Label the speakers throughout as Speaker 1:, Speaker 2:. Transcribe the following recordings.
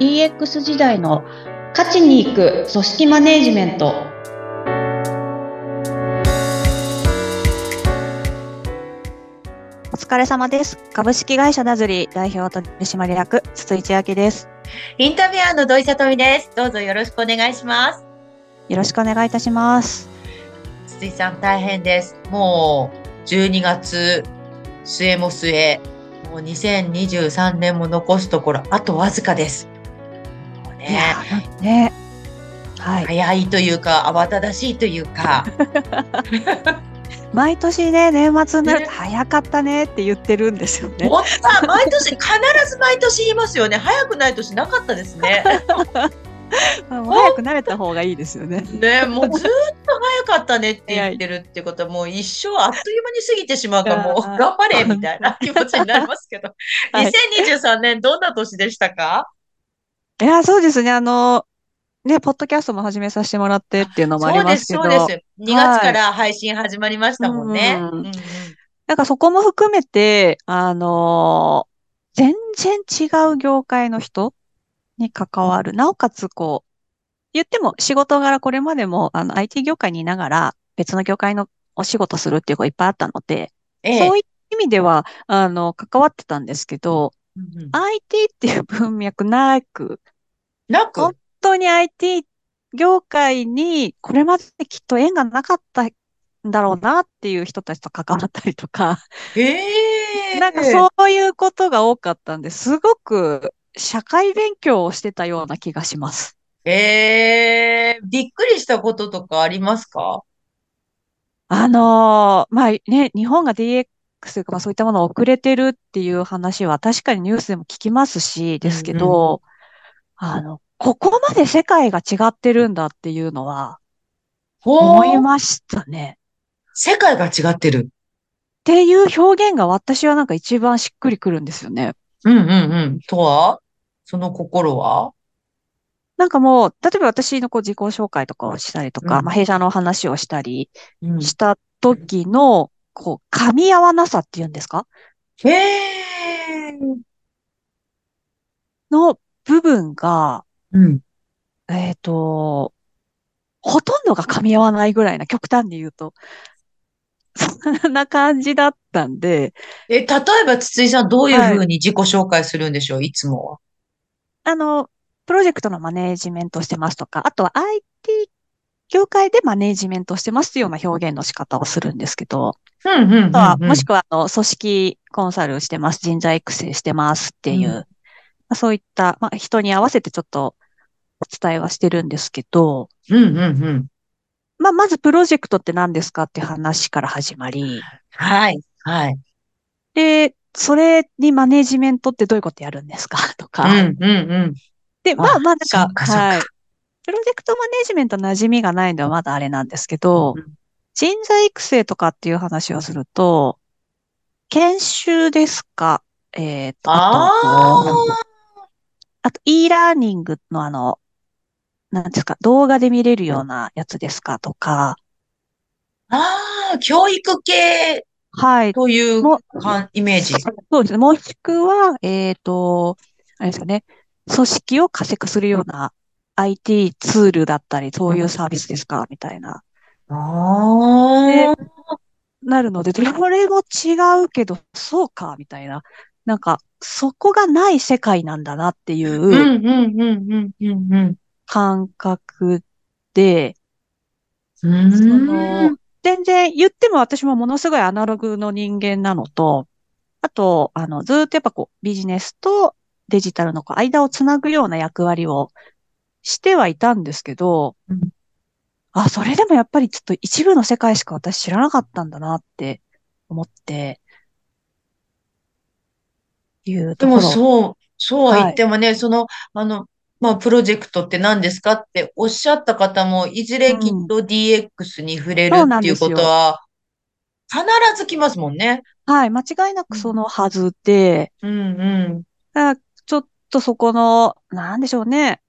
Speaker 1: DX 時代の価値に行く組織マネージメント
Speaker 2: お疲れ様です。株式会社ダズリー代表取締役筒井千明です。
Speaker 3: インタビュアーの土井さとみです。どうぞよろしくお願いします。
Speaker 2: よろしくお願いいたします。
Speaker 3: 筒井さん大変です。もう12月末も末、もう2023年も残すところあとわずかです。もう
Speaker 2: い
Speaker 3: ね
Speaker 2: や、ーね、はい、
Speaker 3: 早いというか慌ただしいという か、
Speaker 2: 毎年ね年末になると
Speaker 3: ね
Speaker 2: 早かったねって言ってるんですよね。
Speaker 3: もった毎年必ず毎年言いますよね。早くない年なかったですね。
Speaker 2: もう早く慣れた方がいいですよね。
Speaker 3: ね、もうずーっと早かった ねって言ってるってことは、もう一生あっという間に過ぎてしまうから、もう
Speaker 2: いやー。
Speaker 3: 頑張れみたいな気持ちになりますけど
Speaker 2: はい
Speaker 3: 2023年どんな年でしたか
Speaker 2: いやーそうですねあのねポッドキャストも始めさせてもらってっていうのもあり
Speaker 3: そう
Speaker 2: ま
Speaker 3: ですす、
Speaker 2: けど
Speaker 3: そうです。2月から配信始まりましたもんね。
Speaker 2: うん
Speaker 3: うんうん
Speaker 2: なんかそこも含めてあのー全然違う業界の人に関わるなおかつこう言っても仕事柄これまでもあの IT 業界にいながら別の業界のお仕事するっていう子いっぱいあったので、
Speaker 3: ええ
Speaker 2: そういった意味では、あの、関わってたんですけど、
Speaker 3: うんうん
Speaker 2: IT っていう文脈なく、
Speaker 3: なく、
Speaker 2: 本当に IT 業界にこれまできっと縁がなかったんだろうなっていう人たちと関わったりとか、
Speaker 3: ええ
Speaker 2: なんかそういうことが多かったんですごく社会勉強をしてたような気がします。
Speaker 3: ええびっくりしたこととかありますか
Speaker 2: あのーまあね、日本が DX というか、まあ、そういったものを遅れてるっていう話は確かにニュースでも聞きますし、ですけど、あの、ここまで世界が違ってるんだっていうのは
Speaker 3: ほ
Speaker 2: 思
Speaker 3: う
Speaker 2: いましたね。
Speaker 3: 世界が違ってる。
Speaker 2: っていう表現が私はなんか一番しっくりくるんですよね。
Speaker 3: うんうんうん。とはその心は
Speaker 2: なんかもう、例えば私のこう自己紹介とかをしたりとか、
Speaker 3: うん
Speaker 2: まあ、弊社の話をしたり
Speaker 3: うん
Speaker 2: した時の、こう、噛み合わなさっていうんですか
Speaker 3: へえ。
Speaker 2: の部分が、
Speaker 3: うん。
Speaker 2: えっと、ほとんどが噛み合わないぐらいな、極端に言うと。 そんな感じだったんで、
Speaker 3: え、例えば筒井さんどういう
Speaker 2: はい
Speaker 3: ふうに自己紹介するんでしょう、いつもは。
Speaker 2: あの、プロジェクトのマネージメントしてますとか、あとは IT 業界でマネージメントしてますというような表現の仕方をするんですけど、
Speaker 3: うんうん
Speaker 2: あとは、もし
Speaker 3: く
Speaker 2: くは、あの、組織コンサルしてます、人材育成してますっていう、
Speaker 3: うん
Speaker 2: まあそういった、まあ、人に合わせてちょっとお伝えはしてるんですけど、
Speaker 3: は。うんうんうん。
Speaker 2: まあ、まずプロジェクトって何ですかって話から始まり、
Speaker 3: はい。はい。
Speaker 2: で、それにマネジメントってどういうことやるんですか と
Speaker 3: う
Speaker 2: か。
Speaker 3: んうんうん。
Speaker 2: で、まあ
Speaker 3: あ
Speaker 2: まあな
Speaker 3: そ
Speaker 2: ん
Speaker 3: っ
Speaker 2: か、
Speaker 3: かそっか
Speaker 2: はい。プロジェクトマネジメント馴染みがないのはまだあれなんですけど、
Speaker 3: うん
Speaker 2: 人材育成とかっていう話をすると、研修ですかえっ、と、
Speaker 3: あ
Speaker 2: あと、あと e ラーニングのあの、なんですか、動画で見れるようなやつですかとか、
Speaker 3: あ。ああ、教育系
Speaker 2: はい。
Speaker 3: という
Speaker 2: も
Speaker 3: かイメージ。
Speaker 2: そうですね。もしくは、えっと、あれですかね、組織を活性化するような IT ツールだったり、そういうサービスですかみたいな。
Speaker 3: ああ。
Speaker 2: なるので、どれも違うけど、そうかみたいな。なんか、そこがない世界なんだなってい
Speaker 3: うん
Speaker 2: う
Speaker 3: うんうんうんうんうん。
Speaker 2: 感覚で、
Speaker 3: う
Speaker 2: そ
Speaker 3: ー
Speaker 2: の
Speaker 3: ん。、
Speaker 2: 全然言っても私もものすごいアナログの人間なのと、あと、あの、ずーっとやっぱこう、ビジネスとデジタルのこう間をつなぐような役割をしてはいたんですけど
Speaker 3: うん、
Speaker 2: あ、それでもやっぱりちょっと一部の世界しか私知らなかったんだなって思って、いう
Speaker 3: で
Speaker 2: とこ
Speaker 3: も
Speaker 2: ろ。
Speaker 3: そう、そうは言
Speaker 2: はい
Speaker 3: ってもね、その、あの、まあ、プロジェクトって何ですかっておっしゃった方も、いずれきっと DX に触れる
Speaker 2: そうなん
Speaker 3: ってい
Speaker 2: で
Speaker 3: う
Speaker 2: す
Speaker 3: こと
Speaker 2: よ
Speaker 3: は、必ず来ますもんね。
Speaker 2: はい、間違いなくそのはずで、
Speaker 3: うんうん。
Speaker 2: だからちょっとそこの、なんでしょうね。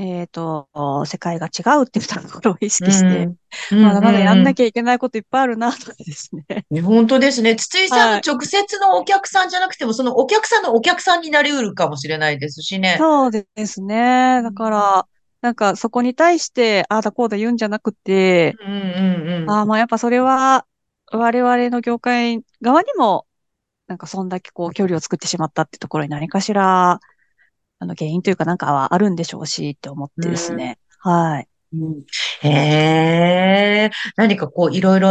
Speaker 2: えっ、と、世界が違うっていうところを意識して、
Speaker 3: うん、
Speaker 2: まだまだやんな
Speaker 3: き
Speaker 2: きゃいけないこといっぱいあるな、とかです ね。
Speaker 3: ゃ。本当ですね。筒井さん
Speaker 2: は
Speaker 3: の
Speaker 2: い
Speaker 3: 直接のお客さんじゃなくても、そのお客さんのお客さんになりうるかもしれないですしね。
Speaker 2: そうですね。だから、なんかそこに対して、ああだこうだ言うんじゃなくて、
Speaker 3: うんうんうん。
Speaker 2: ああ、まあやっぱそれは、我々の業界側にも、なんかそんだけこう距離を作ってしまったってところに何かしら、あの原因というかなんかはあるんでしょうし、って思ってですね。はい。
Speaker 3: へえ、何かこういろいろ、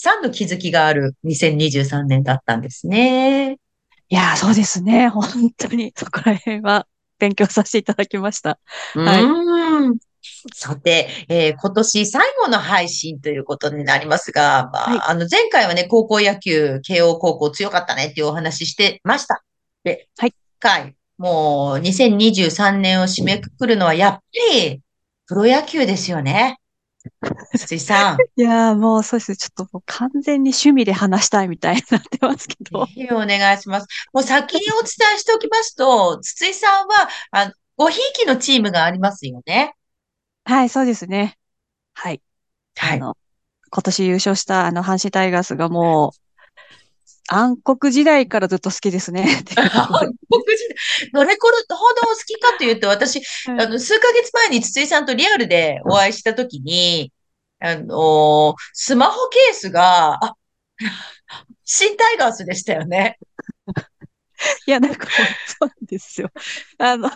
Speaker 3: 3の気づきがある2023年だったんですね。
Speaker 2: いやー、そうですね。 本当に、そこら辺は勉強させていただきました。はいう
Speaker 3: ーん。さて、えー今年最後の配信ということになりますが、まあ
Speaker 2: はい
Speaker 3: あの前回はね、高校野球、慶応高校強かったねっていうお話ししてました。で、
Speaker 2: はい
Speaker 3: 今回、もう2023年を締めくくるのはやっぱりプロ野球ですよね。筒井さん。
Speaker 2: いやー、もうそうですね。ちょっともう完全に趣味で話したいみたいになってますけど。
Speaker 3: ぜひお願いします。もう先にお伝えしておきますと、筒井さんは、あの、ごひいきのチームがありますよね。
Speaker 2: はい、そうですね。はい。
Speaker 3: は
Speaker 2: あの、今年優勝したあの、阪神タイガースがもう、暗黒時代からずっと好きですね。 っていうところで
Speaker 3: 僕自体どれこれほど好きかというと、私、
Speaker 2: はい
Speaker 3: あの、数ヶ月前に筒井さんとリアルでお会いしたときに、あのースマホケースが、あ、新タイガースでしたよね。
Speaker 2: いや、なんかもう、そうなんですよ。あの、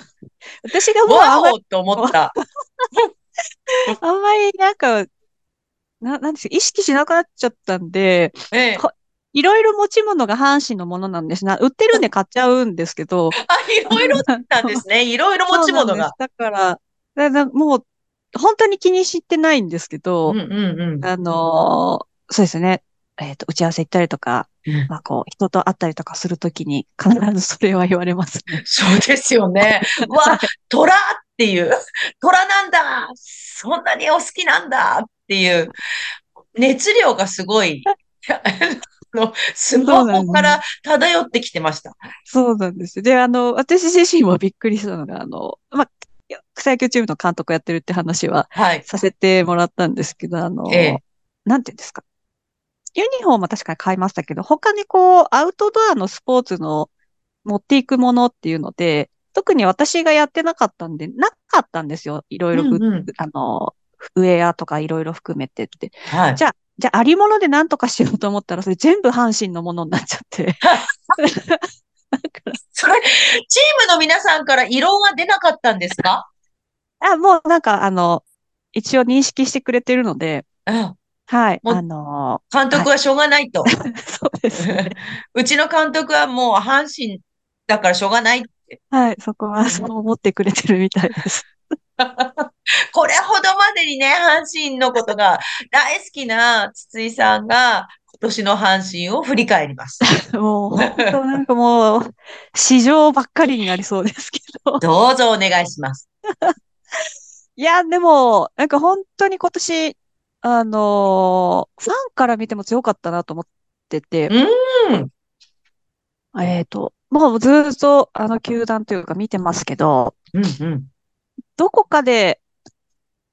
Speaker 2: 私がもうあんま
Speaker 3: わおと思った。
Speaker 2: り、あんまりなんか、な、なんですか、意識しなくなっちゃったんで、
Speaker 3: ええ
Speaker 2: こいろいろ持ち物が阪神のものなんですな。売ってるんで買っちゃうんですけど、
Speaker 3: あ、いろいろだったんですね。いろいろ持ち物
Speaker 2: そうなん
Speaker 3: が
Speaker 2: です。だから、だだもう、本当に気にしてないんですけど
Speaker 3: う、んうんうん。
Speaker 2: あのーそうですね。えっ、と、打ち合わせ行ったりとか、
Speaker 3: うん
Speaker 2: まあこう、人と会ったりとかするときに、必ずそれは言われますね。
Speaker 3: そうですよね。 うわ、虎っていう、虎なんだそんなにお好きなんだっていう、熱量がすごい、 あのスマホから漂ってきてました。
Speaker 2: そうなんですよ。で、あの、私自身もびっくりしたのが、あの、まあ、草野球チームの監督やってるって話は
Speaker 3: はい。
Speaker 2: させてもらったんですけど、あの、
Speaker 3: ええ
Speaker 2: なんていうんですか。ユニフォームは確かに買いましたけど、他にこう、アウトドアのスポーツの持っていくものっていうので、特に私がやってなかったんで、なかったんですよ。いろいろグッズ
Speaker 3: うんうん
Speaker 2: あの、ウェアとかいろいろ含めてって。
Speaker 3: はい
Speaker 2: じゃあ、じゃあ、ありもので何とかしようと思ったら、それ全部阪神のものになっちゃって。
Speaker 3: それ、チームの皆さんから異論は出なかったんですか
Speaker 2: あ、もうなんか、あの、一応認識してくれてるので、
Speaker 3: うん
Speaker 2: はい、
Speaker 3: もう
Speaker 2: あの、
Speaker 3: 監督はしょうがないと。
Speaker 2: そうですね。
Speaker 3: うちの監督はもう阪神だからしょうがない。
Speaker 2: はい、そこはそう思ってくれてるみたいです。
Speaker 3: これほどまでにね、阪神のことが大好きな筒井さんが、今年の阪神を振り返り ます。
Speaker 2: もう、本当なんかもう、市場ばっかりになりそうですけど。
Speaker 3: どうぞお願いします。
Speaker 2: いや、でも、なんか本当に今年、あの、ファンから見ても強かったなと思ってて、
Speaker 3: うん。
Speaker 2: えっと、もうずーっとあの球団というか見てますけど、
Speaker 3: うんうん。
Speaker 2: どこかで、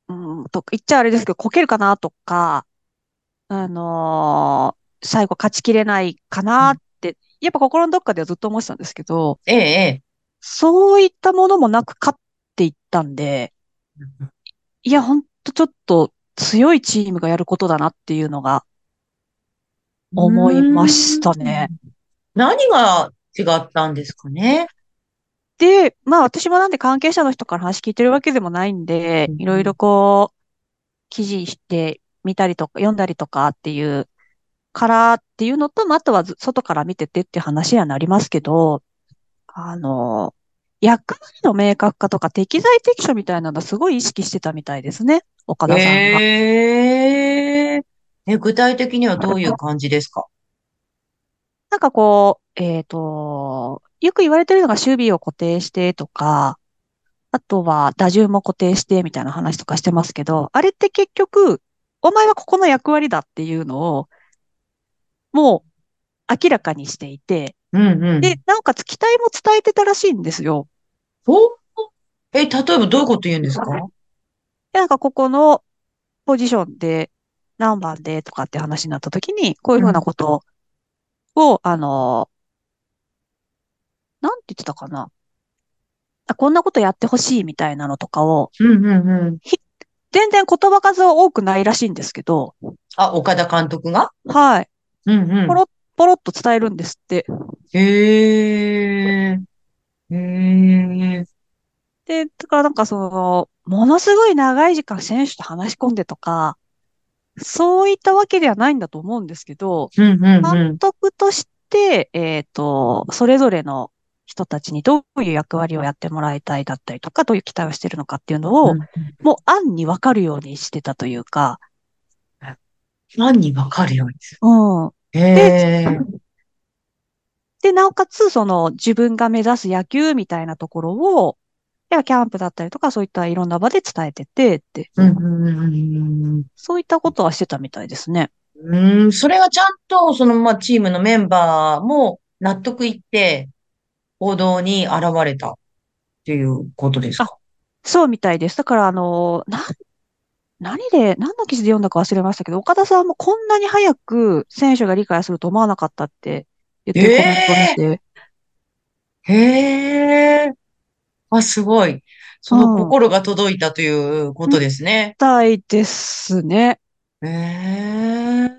Speaker 2: うんと、言っちゃあれですけど、こけるかなとか、あのー最後勝ちきれないかなって、やっぱ心のどっかではずっと思ってたんですけど、
Speaker 3: ええ、え
Speaker 2: そういったものもなく勝っていったんで、いや、ほんとちょっと強いチームがやることだなっていうのが
Speaker 3: え。
Speaker 2: 思いましたね。
Speaker 3: 何が違ったんですかね。
Speaker 2: で、まあ私もなんで関係者の人から話聞いてるわけでもないんで
Speaker 3: う、ん
Speaker 2: いろいろこう、記事してみたりとか、読んだりとかっていう、からっていうのと、まああとはず外から見ててっていう話にはなりますけど、あの、役割の明確化とか適材適所みたいなのはすごい意識してたみたいですね。岡田さんが。
Speaker 3: ええ。え、具体的にはどういう感じですか
Speaker 2: なんかこう、えっと、よく言われてるのが守備を固定してとか、あとは打順も固定してみたいな話とかしてますけど、あれって結局、お前はここの役割だっていうのを、もう明らかにしていて、
Speaker 3: うんうん。
Speaker 2: で、なおかつ期待も伝えてたらしいんですよ。
Speaker 3: おえ、例えばどういうこと言うんですか
Speaker 2: で、なんかここのポジションで何番でとかって話になった時に、こういうふうなことを、あの、なんて言ってたかな。あこんなことやってほしいみたいなのとかを、
Speaker 3: うんうんうん。
Speaker 2: 全然言葉数は多くないらしいんですけど、
Speaker 3: あ、岡田監督が
Speaker 2: はい。
Speaker 3: うんうん
Speaker 2: ポロッ、ポロッと伝えるんですって。
Speaker 3: へえ。へえ。
Speaker 2: で、だからなんかその、ものすごい長い時間選手と話し込んでとか、そういったわけではないんだと思うんですけど、
Speaker 3: うんうんう
Speaker 2: 監
Speaker 3: ん。
Speaker 2: 督として、えっと、それぞれの人たちにどういう役割をやってもらいたいだったりとか、どういう期待をしてるのかっていうのを、もう暗にわかるようにしてたというか、
Speaker 3: 何にわかるようにす
Speaker 2: うん。
Speaker 3: る。へえ。
Speaker 2: で、なおかつ、その自分が目指す野球みたいなところを、いや、キャンプだったりとか、そういったいろんな場で伝えてて、って、
Speaker 3: うんうんうんうんうん。
Speaker 2: そういったことはしてたみたいですね。
Speaker 3: うーん、それがちゃんと、その、まあ、チームのメンバーも納得いって、行動に現れたっていうことですか。
Speaker 2: そうみたいです。だから、あの、な、何で、何の記事で読んだか忘れましたけど、岡田さんもこんなに早く選手が理解すると思わなかったって言ってるコメントを見て、
Speaker 3: へえ。あ、すごい。その
Speaker 2: うん
Speaker 3: 心が届いたということですね。
Speaker 2: みたいですね。
Speaker 3: へえ。へえ。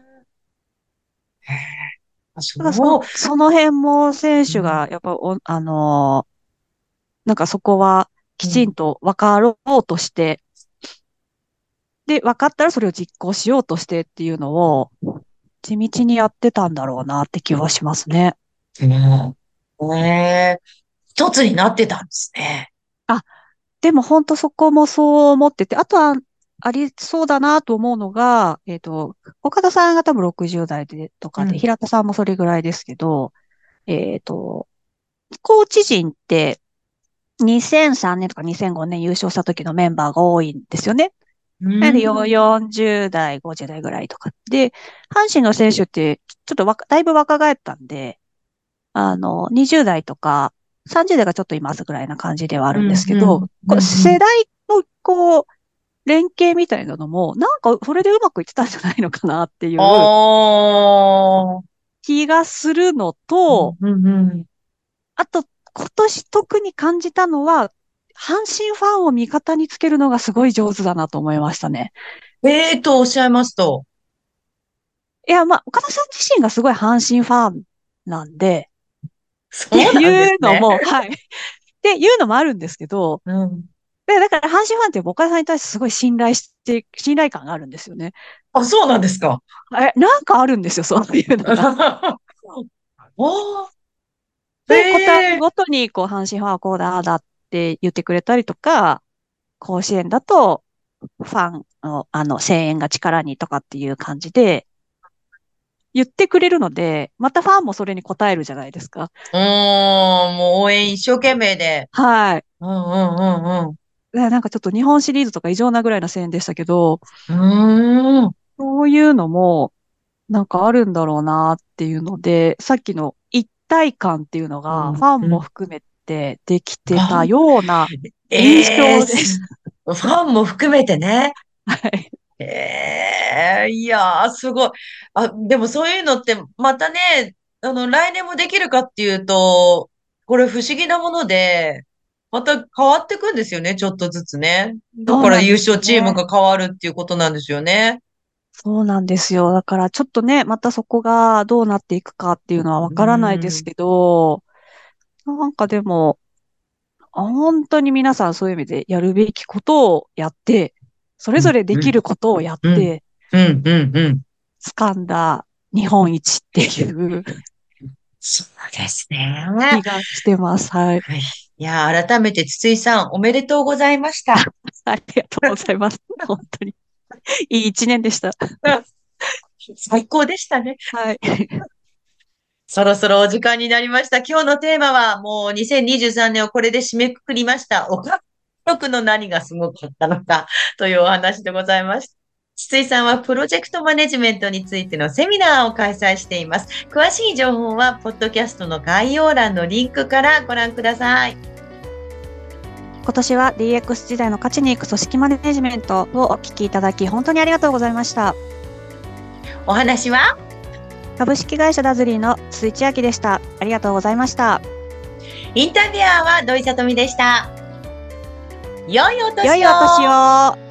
Speaker 3: あ、す
Speaker 2: だからその、
Speaker 3: ごい。
Speaker 2: その辺も選手が、やっぱ、お、あのなんかそこはきちんと分かろうとして、で、分かったらそれを実行しようとしてっていうのを、地道にやってたんだろうなって気はしますね。
Speaker 3: へえ。一つになってたんですね。
Speaker 2: でも本当そこもそう思ってて、あとはありそうだなと思うのが、えっと、岡田さんが多分60代でとか
Speaker 3: うん
Speaker 2: で、平田さんもそれぐらいですけど、えっと、コーチ陣って2003年とか2005年優勝した時のメンバーが多いんですよね。
Speaker 3: うん
Speaker 2: なのでよ40代、50代ぐらいとか。で、阪神の選手ってちょっと若だいぶ若返ったんで、あの、20代とか30代がちょっといますぐらいな感じではあるんですけど、
Speaker 3: うんうん
Speaker 2: こ
Speaker 3: うんうん
Speaker 2: う世代のこう、連携みたいなのも、なんかそれでうまくいってたんじゃないのかなっていう
Speaker 3: あ
Speaker 2: 気がするの
Speaker 3: あ。
Speaker 2: と、
Speaker 3: うんうん。
Speaker 2: あと今年特に感じたのは、阪神ファンを味方につけるのがすごい上手だなと思いましたね。
Speaker 3: ええと、おっしゃいますと。
Speaker 2: いや、まあ、岡田さん自身がすごい阪神ファンなんで、
Speaker 3: そ
Speaker 2: って
Speaker 3: うなんです
Speaker 2: いうの
Speaker 3: ね。
Speaker 2: も、 はい。っていうのもあるんですけど、
Speaker 3: うん。
Speaker 2: でだから阪神ファンって岡田さんに対してすごい信頼して、信頼感があるんですよね。
Speaker 3: あ、そうなんです か。
Speaker 2: え、なんかあるんですよ、そういうの
Speaker 3: お
Speaker 2: が。で、
Speaker 3: ー
Speaker 2: こと
Speaker 3: ええ
Speaker 2: ごとに、こう、阪神ファンはこうだ、ああだって言ってくれたりとか、甲子園だと、ファンの、あの、声援が力にとかっていう感じで、言ってくれるので、またファンもそれに応えるじゃないですか。
Speaker 3: うーん、もう応援一生懸命で。
Speaker 2: はい。
Speaker 3: うんうんうん
Speaker 2: いやなんかちょっと日本シリーズとか異常なぐらいの声援でしたけど、
Speaker 3: うん。うーん。
Speaker 2: そういうのもなんかあるんだろうなっていうので、さっきの一体感っていうの
Speaker 3: う
Speaker 2: が
Speaker 3: ん
Speaker 2: ファンも含めてできてたような、
Speaker 3: え
Speaker 2: 印
Speaker 3: え
Speaker 2: 象です
Speaker 3: ファンも含めてね。
Speaker 2: はい。
Speaker 3: ええいやー、すごい。あ、でもそういうのって、またね、あの、来年もできるかっていうと、これ不思議なもので、また変わってくんですよね、ちょっとずつね。だから優勝チームが変わるっていうことなんですよね。
Speaker 2: そうなんですよ。だからちょっとね、またそこがどうなっていくかっていうのはわからないですけど、なんかでも、本当に皆さんそういう意味でやるべきことをやって、それぞれできることをやって、
Speaker 3: うんうんうん、うん、うん。
Speaker 2: 掴んだ日本一っていう
Speaker 3: そうですね。
Speaker 2: 気がしてます。はい。
Speaker 3: はい。いやー、改めて筒井さん、おめでとうございま した。
Speaker 2: ありがとうございます。本当に。いい一年でした。
Speaker 3: 最高でしたね。
Speaker 2: はい。
Speaker 3: そろそろお時間になりました。今日のテーマはもう2023年をこれで締めくくりました。岡監督の何がすごかったのかというお話でございました。筒井さんはプロジェクトマネジメントについてのセミナーを開催しています。詳しい情報は、ポッドキャストの概要欄のリンクからご覧ください。
Speaker 2: 今年は DX 時代の価値に行く組織マネジメントをお聞きいただき、本当にありがとうございました。
Speaker 3: お話は
Speaker 2: 株式会社ダズリーの鈴木明でした。ありがとうございました。
Speaker 3: インタビュアーは土井さとみでした。良いお年を
Speaker 2: 良いお年を